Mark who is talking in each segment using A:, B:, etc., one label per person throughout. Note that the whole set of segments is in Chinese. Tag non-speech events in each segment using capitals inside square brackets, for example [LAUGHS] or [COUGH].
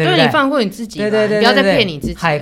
A: 对不
B: 对
A: 对？
B: 你放过你自己吧，
A: 对对对，
B: 你不要再
A: 对对
B: 骗你自己了。
A: 海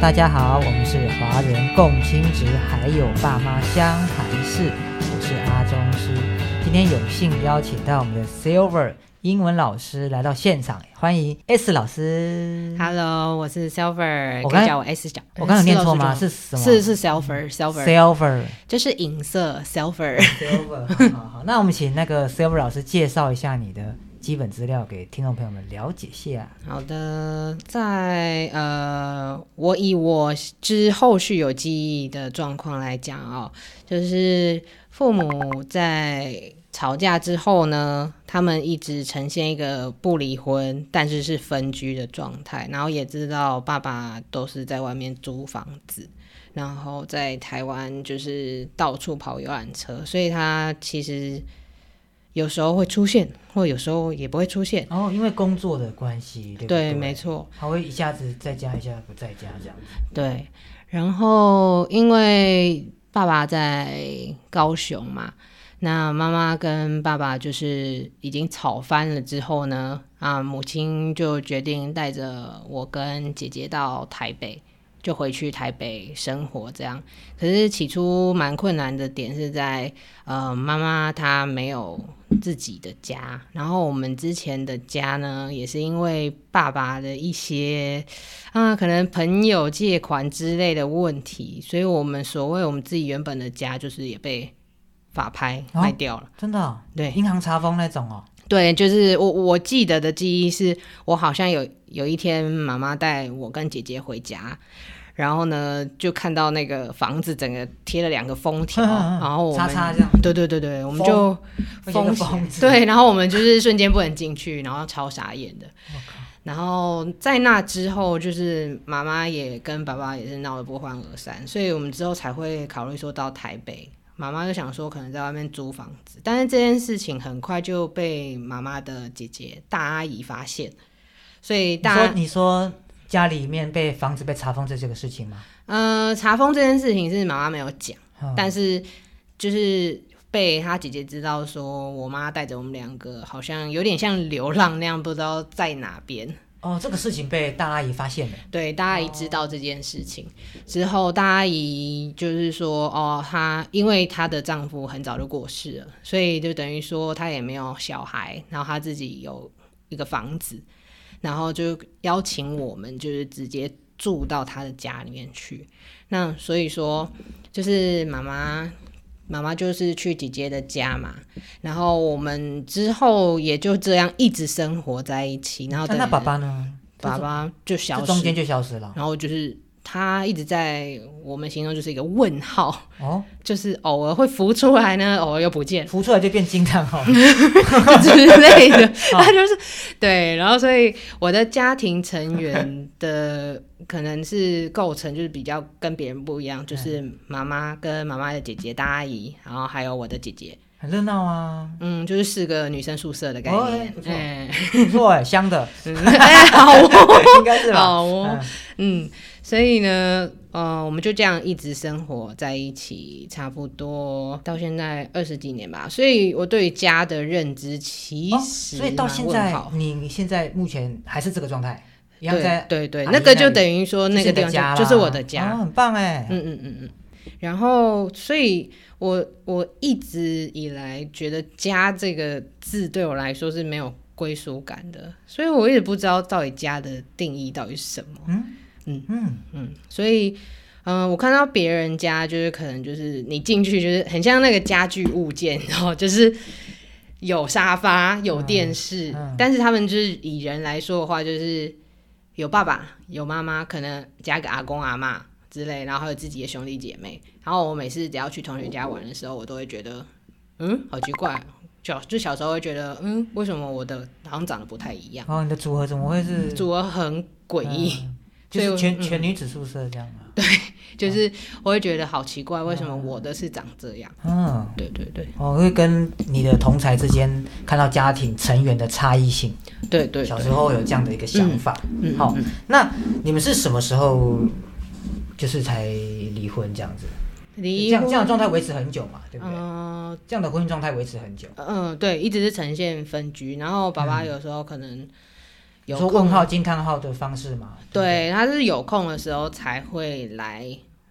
A: 大家好，我们是华人共青值，还有爸妈相谈室，我是阿中师。今天有幸邀请到我们的 Silver 英文老师来到现场，欢迎 S 老师。
B: Hello，我是 Silver，
A: 我
B: 可
A: 刚
B: 以叫我 S 角。
A: 我刚有念错吗？
B: 是
A: 是什么？
B: 是是 Silver，Silver
A: Silver。
B: 就是银色 Silver。 [LAUGHS]
A: Silver，好好好，那我们请那个 Silver 老师介绍一下你的基本资料给听众朋友们了解下。
B: 好的，在呃，我以我之后续有记忆的状况来讲哦，就是父母在吵架之后呢，他们一直呈现一个不离婚，但是是分居的状态，然后也知道爸爸都是在外面租房子。然后在台湾就是到处跑游览车，所以他其实有时候会出现，或有时候也不会出现。
A: 哦，因为工作的关系，对不
B: 对，没错。
A: 他会一下子在家，一下子不在家这样子。
B: 对，然后因为爸爸在高雄嘛，那妈妈跟爸爸就是已经吵翻了之后呢，啊，母亲就决定带着我跟姐姐到台北，就回去台北生活这样。可是起初蛮困难的点是在，呃，妈妈她没有自己的家，然后我们之前的家呢，也是因为爸爸的一些啊，可能朋友借款之类的问题，所以我们所谓我们自己原本的家，就是也被法拍
A: 哦
B: 卖掉了。
A: 真的哦、
B: 对
A: 银行查封那种哦。
B: 对，就是我我记得的记忆是，我好像有有一天妈妈带我跟姐姐回家。然后呢，就看到那个房子整个贴了两个
A: [LAUGHS]
B: 封条，然后我们
A: 叉叉这样，
B: 对对对对，我们
A: 封
B: 就
A: 会觉得
B: 起来
A: 疯子
B: 对，然后我们就是瞬间不能进去，然后超傻眼的。然后在那之后，就是妈妈也跟爸爸也是闹得不欢而散，所以我们之后才会考虑说到台北。妈妈就想说可能在外面租房子，但是这件事情很快就被妈妈的姐姐大阿姨发现，所以
A: 你
B: 大
A: 说你说家里面被房子被查封这这个事情吗？
B: 呃查封这件事情是妈妈没有讲。
A: 嗯
B: 但是就是被他姐姐知道说，我妈带着我们两个好像有点像流浪那样，不知道在哪边。
A: 哦，这个事情被大阿姨发现了。
B: 对，大阿姨知道这件事情之后，大阿姨就是说，哦，她因为她的丈夫很早就过世了，所以就等于说她也没有小孩，然后她自己有一个房子，然后就邀请我们就是直接住到她的家里面去。那所以说，就是妈妈。妈妈就是去姐姐的家嘛，然后我们之后也就这样一直生活在一起，然后
A: 那
B: 等
A: 那爸爸呢？
B: 爸爸就消
A: 这
B: 失，
A: 中间就消失了。
B: 然后就是他一直在我们心中就是一个问号， [LAUGHS]
A: 哦，
B: 就是偶尔会浮出来呢， [LAUGHS] 偶尔又
A: [LAUGHS]
B: 不见
A: 浮出来就变哦惊叹
B: [LAUGHS]
A: 号。
B: 之类的。
A: 啊
B: 他就是对，然后所以我的家庭成员的可能是构成就是比较跟别人不
A: 嗯
B: 一样，就是妈妈跟妈妈的姐姐大阿姨，然后还有我的姐姐，
A: 很热闹啊，
B: 嗯，就是四个女生宿舍的概
A: 哦哎
B: 念
A: 不，错 [LAUGHS]
B: 哎、
A: 不错哎，香的，
B: 哎好哦。
A: 应该是吧？
B: 好哦
A: 嗯
B: [LAUGHS] 嗯，所以呢，呃，我们就这样一直生活在一起，差不多到现在二十几年吧。所以我对于家的认知其
A: 哦
B: 实、
A: 所以到现在，你现在目前还是这个状态，一样
B: 对
A: 在
B: 对对，
A: 阿姨
B: 那个就
A: 那里
B: 等于说那个
A: 是你
B: 地
A: 的家
B: 方
A: 啦
B: 就就是我的家，
A: 哦很棒哎。
B: 嗯嗯嗯嗯。然后，所以我我一直以来觉得“家”这个字对我来说是没有归属感的，所以我一直不知道到底家的定义到底是什么。
A: 嗯，
B: 嗯，所以，嗯、我看到别人家就是可能就是你进去就是很像那个家具物件，然后就是有沙发、有电视，
A: 嗯嗯
B: 但是他们就是以人来说的话，就是有爸爸、有妈妈，可能加个阿公阿妈之类，然后还有自己的兄弟姐妹。然后我每次只要去同学家玩的时候，我都会觉得，嗯，好奇怪。小就小时候会觉得，嗯，为什么我的好像长得不太一样，
A: 哦，你的组合怎么会是
B: 组合很诡异。
A: 嗯就
B: 所以
A: 是
B: 我
A: 全
B: 嗯
A: 全女子宿舍这样啊吗？
B: 就是我会觉得好奇怪，为什么我的是长这样？
A: 嗯，
B: 对对对
A: 哦，会跟你的同才之间看到家庭成员的差异性，
B: 对对，
A: 小时候有这样的一个想法。
B: 嗯，
A: 好，那你们是什么时候就是才离婚这样子？这
B: 离
A: 样这样的
B: 婚
A: 状态维持很久嘛，对不对？
B: 嗯
A: 这样的婚姻状态维持很久。
B: 嗯，对，一直是呈现分居，然后爸爸有时候可能有
A: 嗯说
B: 空，啊
A: 问号惊叹号的方式嘛？不，
B: 对，他是有空的时候才会来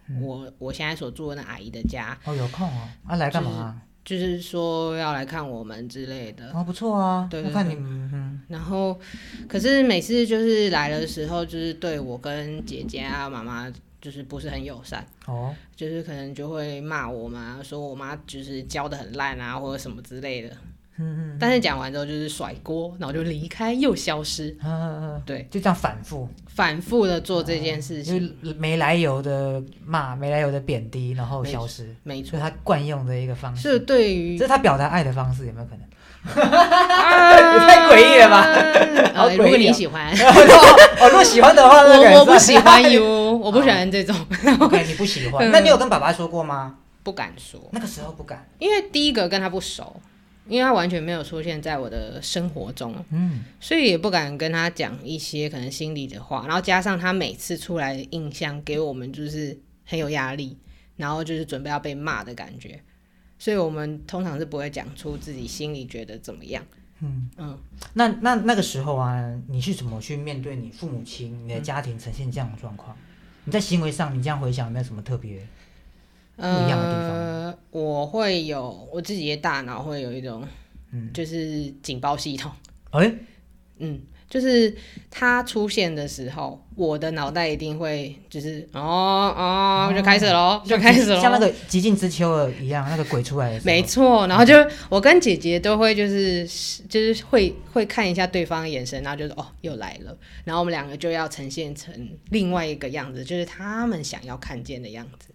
A: 嗯
B: 我我现在所住的那阿姨的家，
A: 哦，有空哦，啊，来干嘛、
B: 就是说要来看我们之类的。
A: 哦，不错啊，
B: 对
A: 我
B: 对
A: 看你
B: 对
A: 们，嗯，
B: 然后，可是每次就是来的时候，就是对我跟姐姐啊、妈妈，就是不是很友善，
A: 哦，
B: 就是可能就会骂我妈，说我妈就是教的很烂啊，或者什么之类的。
A: 嗯
B: 但是讲完之后就是甩锅，然后就离开又消失，
A: 嗯嗯，
B: 对，
A: 就这样反复，
B: 反复的做这件事
A: 就
B: 情。
A: 是没来由的骂，没来由的贬低，然后消失，
B: 没
A: 所
B: 错，嗯
A: 以他惯用的一个方式，
B: 是对
A: 这
B: 于
A: 是他表达爱的方式，有没有可能？[LAUGHS]
B: 也
A: 太诡异了吧 [LAUGHS] 好诡异啊
B: 呃，如果你喜欢，
A: [LAUGHS] 哦，如果喜欢的话，那
B: 我我不喜欢 you，我不喜欢这种， [LAUGHS]
A: [LAUGHS] ，OK，你不喜欢，
B: 嗯
A: 那你有跟爸爸说过吗？
B: 不敢说，
A: 那个时候不敢，
B: 因为第一个跟他不熟，因为他完全没有出现在我的生活中，
A: 嗯，
B: 所以也不敢跟他讲一些可能心里的话，然后加上他每次出来的印象给我们就是很有压力，然后就是准备要被骂的感觉，所以我们通常是不会讲出自己心里觉得怎么样。嗯嗯，
A: 那那那个时候啊，你是怎么去面对你父母亲、
B: 嗯
A: 你的家庭呈现这样的状况？你在行为上，你这样回想有没有什么特别？不一样的地方
B: 呃，我会有我自己的大脑会有一种，
A: 嗯
B: 就是警报系统，
A: 哎、
B: 嗯，就是它出现的时候，我的脑袋一定会就是哦哦，就开始喽，就开始喽，
A: 像那个《极尽之秋》的一样，那个鬼出来的时候，
B: 没错，然后就我跟姐姐都会就是就是会会看一下对方的眼神，然后就是哦又来了，然后我们两个就要呈现成另外一个样子，就是他们想要看见的样子，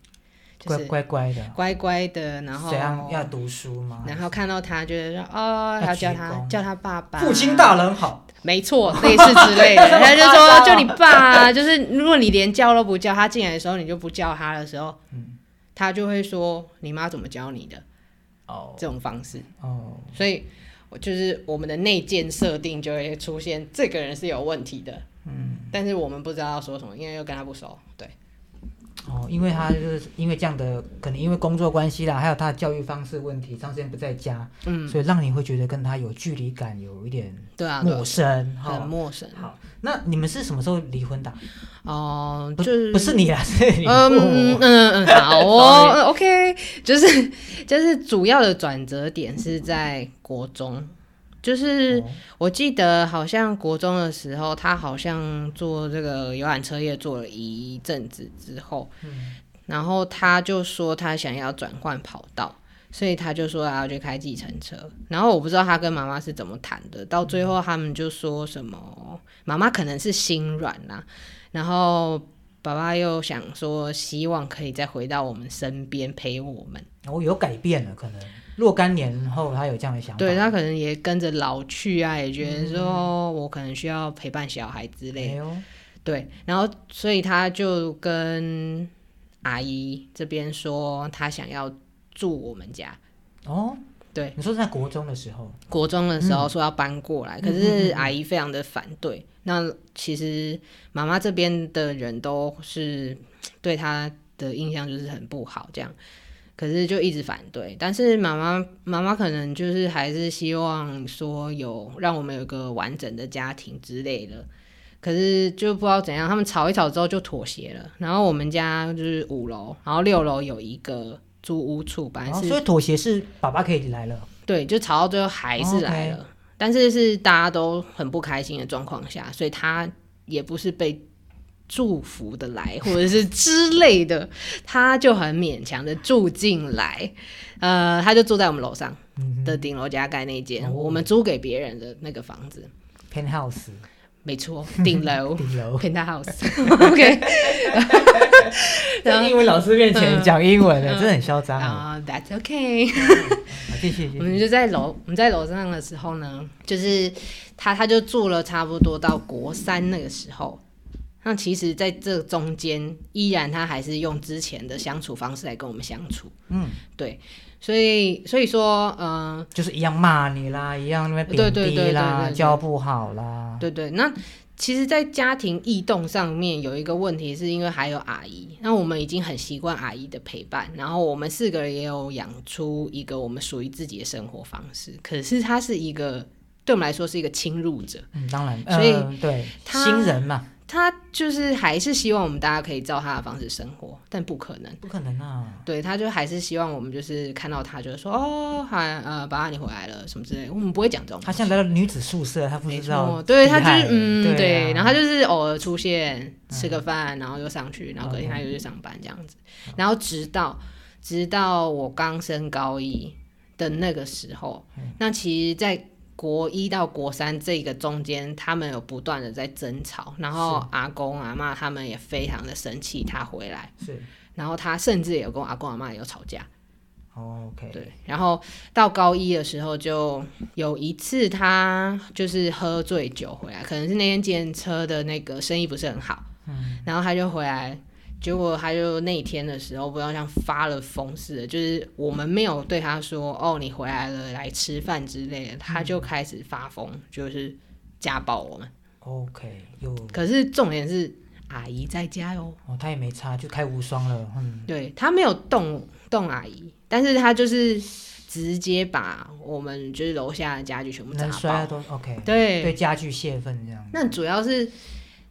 B: 就
A: 乖
B: 是
A: 乖乖的，
B: 乖乖的，然后
A: 怎样要读书吗？
B: 然后看到他就是说哦，
A: 要
B: 要叫
A: 鞠
B: 他
A: 躬
B: 叫他爸爸，
A: 父亲大人好，
B: 没错，类似之
A: [LAUGHS]
B: 类的。他就说：“就你爸、啊，就是如果你连叫都不叫，他进来的时候你就不叫他的时候，
A: 嗯
B: 他就会说你妈怎么教你的
A: 哦
B: 这种方式。
A: 哦，”
B: 所以，我就是我们的内建设定就会出现这个人是有问题的，嗯，但是我们不知道要说什么，因为又跟他不熟，对，
A: 哦，因为他就是因为这样的，可能因为工作关系啦，还有他的教育方式问题，长时间不在家，
B: 嗯，
A: 所以让你会觉得跟他有距离感，有一点
B: 对啊，对啊
A: 陌生哈。
B: 很陌生
A: 好，那你们是什么时候离婚的啊？
B: 哦，
A: 不
B: 就是
A: 不是你啊， [LAUGHS] 是你父
B: 嗯嗯
A: 母。
B: 嗯，
A: [LAUGHS]
B: 好哦嗯，OK，就是就是主要的转折点是在国中，就是
A: 哦
B: 我记得好像国中的时候，他好像做这个游览车业做了一阵子之后，
A: 嗯
B: 然后他就说他想要转换跑道。所以他就说他要去开计程车，然后我不知道他跟妈妈是怎么谈的，到最后他们就说什么妈妈可能是心软啦、然后爸爸又想说，希望可以再回到我们身边陪我们。
A: 我、哦有改变了，可能若干年后他有这样的想法。
B: 对他可能也跟着老去啊，也觉得说我可能需要陪伴小孩之类的。
A: 哎呦，
B: 对，然后所以他就跟阿姨这边说，他想要住我们家。
A: 哦，
B: 对，
A: 你说是在国中的时候，
B: 国中的时候说要搬过来，可是阿姨非常的反对。那其实妈妈这边的人都是对她的印象就是很不好，这样，可是就一直反对。但是妈妈妈妈可能就是还是希望说有让我们有个完整的家庭之类的。可是就不知道怎样，他们吵一吵之后就妥协了。然后我们家就是五楼，然后六楼有一个租屋处，本来
A: 哦
B: 是
A: 所以妥协是爸爸可以来了。
B: 对，就吵到最后还
A: 哦
B: 是来了，但是是大家都很不开心的状况下，所以他也不是被祝福的来，或者是之类的，他就很勉强的住进来，呃，他就住在我们楼上的顶楼加盖那间、
A: 嗯哦
B: 我们租给别人的那个房子，
A: penthouse
B: 没错，顶楼
A: [LAUGHS] 顶
B: [LAUGHS]
A: 楼， [LAUGHS]
B: penthouse，OK，然
A: 在
B: 后
A: 英文老师面前讲英文的，
B: 嗯
A: 真的很嚣张啊！
B: 啊、t h a t s okay。
A: 好继续，继
B: 我
A: 续
B: 们就在楼我们在楼上的时候呢，就是他他就住了差不多到国三那个时候。那其实，在这中间，依然他还是用之前的相处方式来跟我们相处，
A: 嗯，
B: 对，所以所以说，嗯、
A: 就是一样骂你啦，一样那边
B: 对
A: 贬
B: 对
A: 低
B: 对对
A: 啦，
B: 对对
A: 教不好啦，
B: 对对，那其实，在家庭异动上面有一个问题，是因为还有阿姨，那我们已经很习惯阿姨的陪伴，然后我们四个人也有养出一个我们属于自己的生活方式。可是她是一个对我们来说是一个侵入者，
A: 嗯，当然，
B: 所以
A: 嗯对
B: 他
A: 新人嘛，
B: 她就是还是希望我们大家可以照她的方式生活，但不可能。
A: 不可能啊，
B: 对，她就还是希望我们就是看到她，就是说哦，嗨，呃，爸爸你回来了什么之类的，我们不会讲这种东西。
A: 他现在来到女子宿舍，他不
B: 没
A: 知
B: 错，
A: 道，
B: 对他就是嗯
A: 对啊嗯
B: 对，然后他就是偶尔出现吃个饭，然后又上去，然后隔天他又去上班这样子，然后直到直到我刚升高一的那个时候，
A: 嗯
B: 那其实，在国一到国三这个中间，他们有不断的在争吵，然后阿公阿妈他们也非常的生气他回来，
A: 是
B: 然后他甚至也有跟我阿公阿妈有吵架。
A: OK，
B: 对，然后到高一的时候，就有一次他就是喝醉酒回来，可能是那天建车的那个生意不是很好，嗯，然后他就回来，结果他就那一天的时候，不知道像发了疯似的，就是我们没有对他说哦你回来了来吃饭之类的，他就开始发疯，就是家暴我们。
A: OK，有
B: 可是重点是阿姨在家哟，
A: 哦，他也没差，就开无双了，嗯，
B: 对他没有动动阿姨，但是他就是直接把我们就是楼下的家具全部砸
A: 能摔
B: 爆
A: 的。都 OK，
B: 对，
A: 对家具泄愤这样，
B: 那主要是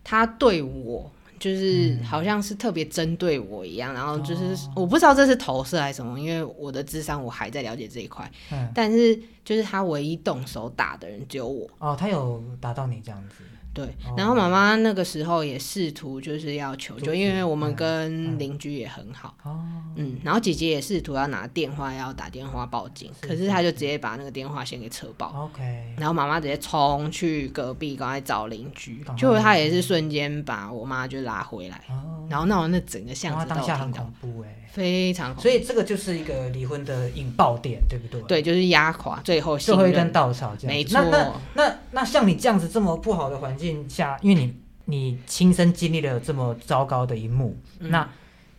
B: 他对我就是
A: 嗯
B: 好像是特别针对我一样，然后就是
A: 哦
B: 我不知道这是投射还是什么，因为我的智商我还在了解这一块，
A: 嗯，
B: 但是就是他唯一动手打的人只有我。
A: 哦，他有打到你这样子，
B: 对
A: 哦，
B: 然后妈妈那个时候也试图就是要求
A: 阻
B: 救，
A: 止
B: 因为我们
A: 嗯
B: 跟邻居也很好，
A: 哦，
B: 嗯，然后姐姐也试图要拿电话要打电话报警，
A: 是
B: 可是她就直接把那个电话线给扯爆，
A: OK，
B: 然后妈妈直接冲去隔壁，赶快找邻居
A: 赶快，
B: 结果她也是瞬间把我妈就拉回来，
A: 哦，
B: 然后闹得那整个巷
A: 哇
B: 子都
A: 当
B: 有
A: 下很
B: 听到，
A: 恐怖哎，
B: 非常恐怖
A: 所以这个就是一个离婚的引爆点，对不对？，
B: 对，就是压垮最后
A: 最
B: 信
A: 后一
B: 任，
A: 根稻草这样
B: 没
A: 子，
B: 错，
A: 那那那那像你这样子这么不好的环境下，因为你你亲身经历了这么糟糕的一幕，
B: 嗯
A: 那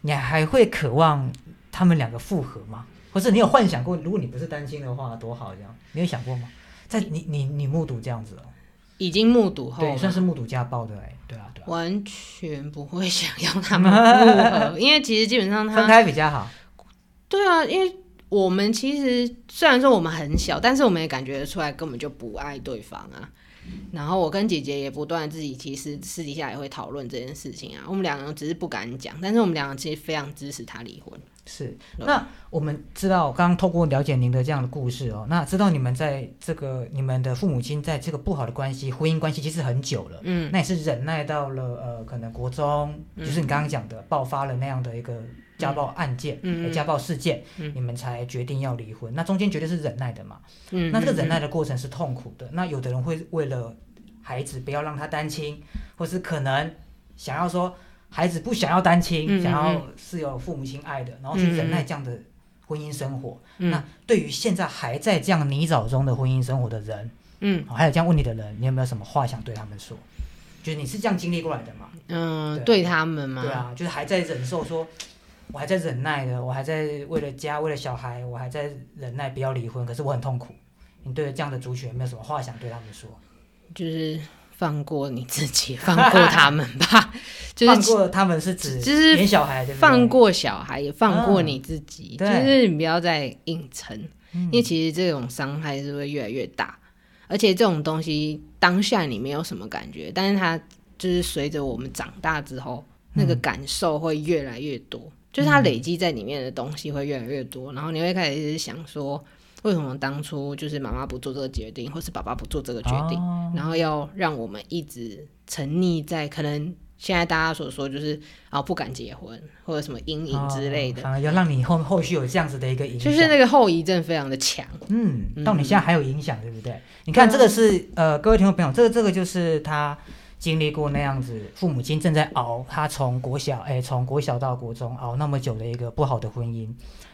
A: 你还会渴望他们两个复合吗？或是你有幻想过，如果你不是单亲的话，多好这样？你有想过吗？在你你你目睹这样子哦、
B: 已经目睹后
A: 对，
B: 嘛
A: 算是目睹家暴的哎、对啊对啊，
B: 完全不会想要
A: [LAUGHS]
B: 他们复合，因为其实基本上他
A: 分开比较好，
B: 对啊，因为我们其实虽然说我们很小，但是我们也感觉得出来根本就不爱对方啊。然后我跟姐姐也不断地自己其实私底下也会讨论这件事情啊。我们两个只是不敢讲，但是我们两个其实非常支持他离婚。
A: 是，
B: 嗯
A: 那我们知道，刚刚透过了解您的这样的故事哦，那知道你们在这个你们的父母亲在这个不好的关系、婚姻关系其实很久了，
B: 嗯，
A: 那也是忍耐到了呃，可能国中，
B: 嗯
A: 就是你刚刚讲的爆发了那样的一个家暴案件、
B: 嗯
A: 呃家暴事件，
B: 嗯
A: 你们才决定要离婚。那中间绝对是忍耐的嘛，
B: 嗯，
A: 那这个忍耐的过程是痛苦的。那有的人会为了孩子不要让他单亲，或是可能想要说孩子不想要单亲，
B: 嗯嗯嗯
A: 想要是有父母亲爱的，然后去忍耐这样的婚姻生活。
B: 嗯
A: 那对于现在还在这样泥沼中的婚姻生活的人，
B: 嗯
A: 哦还有这样问你的人，你有没有什么话想对他们说？就是你是这样经历过来的嘛？
B: 嗯、
A: 对
B: 对他们嘛，
A: 对啊，就是还在忍受说， [SNIFFS] 我还在忍耐的，我还在为了家，为了小孩，我还在忍耐不要离婚，可是我很痛苦。你对这样的族群有没有什么话想对他们说？
B: 就是放过你自己，放过他们
A: [LAUGHS]
B: 吧，就是
A: 放过他们是指
B: 就是
A: 连小孩对不对？哦
B: 放过小孩，也放过
A: 嗯
B: 你自己，就
A: 对
B: 是你不要再硬撑，
A: 嗯
B: 因为其实这种伤害是会越来越大，而且这种东西当下你没有什么感觉，但是它就是随着我们长大之后，那个感受会越来越多，
A: 嗯
B: 就是它累积在里面的东西会越来越多，然后你会开始一直想说，为什么当初就是妈妈不做这个决定，或是爸爸不做这个决定？
A: 哦
B: 然后要让我们一直沉溺在可能现在大家所说就是啊不敢结婚或者什么阴影之类的，
A: 哦反而要让你后后续有这样子的一个影响。
B: 就是那个后遗症非常的强。
A: 嗯，
B: 嗯
A: 到你现在还有影响，对不对？你看这个是呃，各位听众朋友，这个这个就是他经历过那样子，父母亲正在熬他从国小哎，从国小到国中熬那么久的一个不好的婚姻，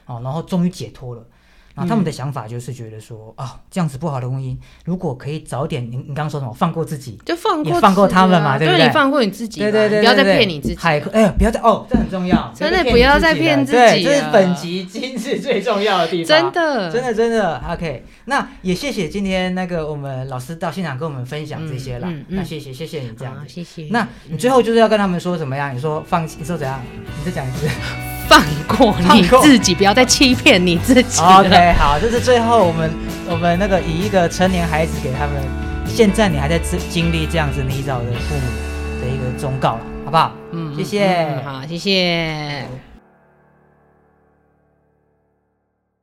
A: 哦，然后终于解脱了。然后他们
B: 嗯
A: 的想法就是觉得说，啊，这样子不好的婚姻，如果可以早点，你你刚刚说什么，放过自己，
B: 就放过
A: 也放过
B: 自己
A: 他们
B: 啊
A: 嘛对
B: 对
A: 不对
B: 你放过你自己嘛，
A: 对对对，
B: 你不要再
A: 对对
B: 骗你自己
A: 海
B: 了。
A: 哎呀，不要再哦，这很重要，
B: 真的
A: 这个
B: 不要
A: 你
B: 再
A: 的
B: 骗自
A: 对
B: 己
A: 这是
B: 了
A: 本集今日最重要的地方，
B: 真的，
A: 真的真的，OK。那也谢谢今天那个我们老师到现场跟我们分享这些啦。
B: 嗯嗯嗯
A: 那谢谢谢谢你这样
B: 好
A: 子。
B: 谢谢。
A: 那你最后就是要跟他们说怎么样？你说放弃，你说怎样？你再讲一次。
B: [LAUGHS] 放过你
A: 放过
B: 自己，不要再欺骗你自己了。
A: OK，好，这是最后我们我们那个以一个成年孩子给他们，现在你还在经经历这样子泥沼的父母的一个忠告了，好不好？
B: 嗯，嗯
A: 谢谢
B: 嗯好，谢谢。
A: 好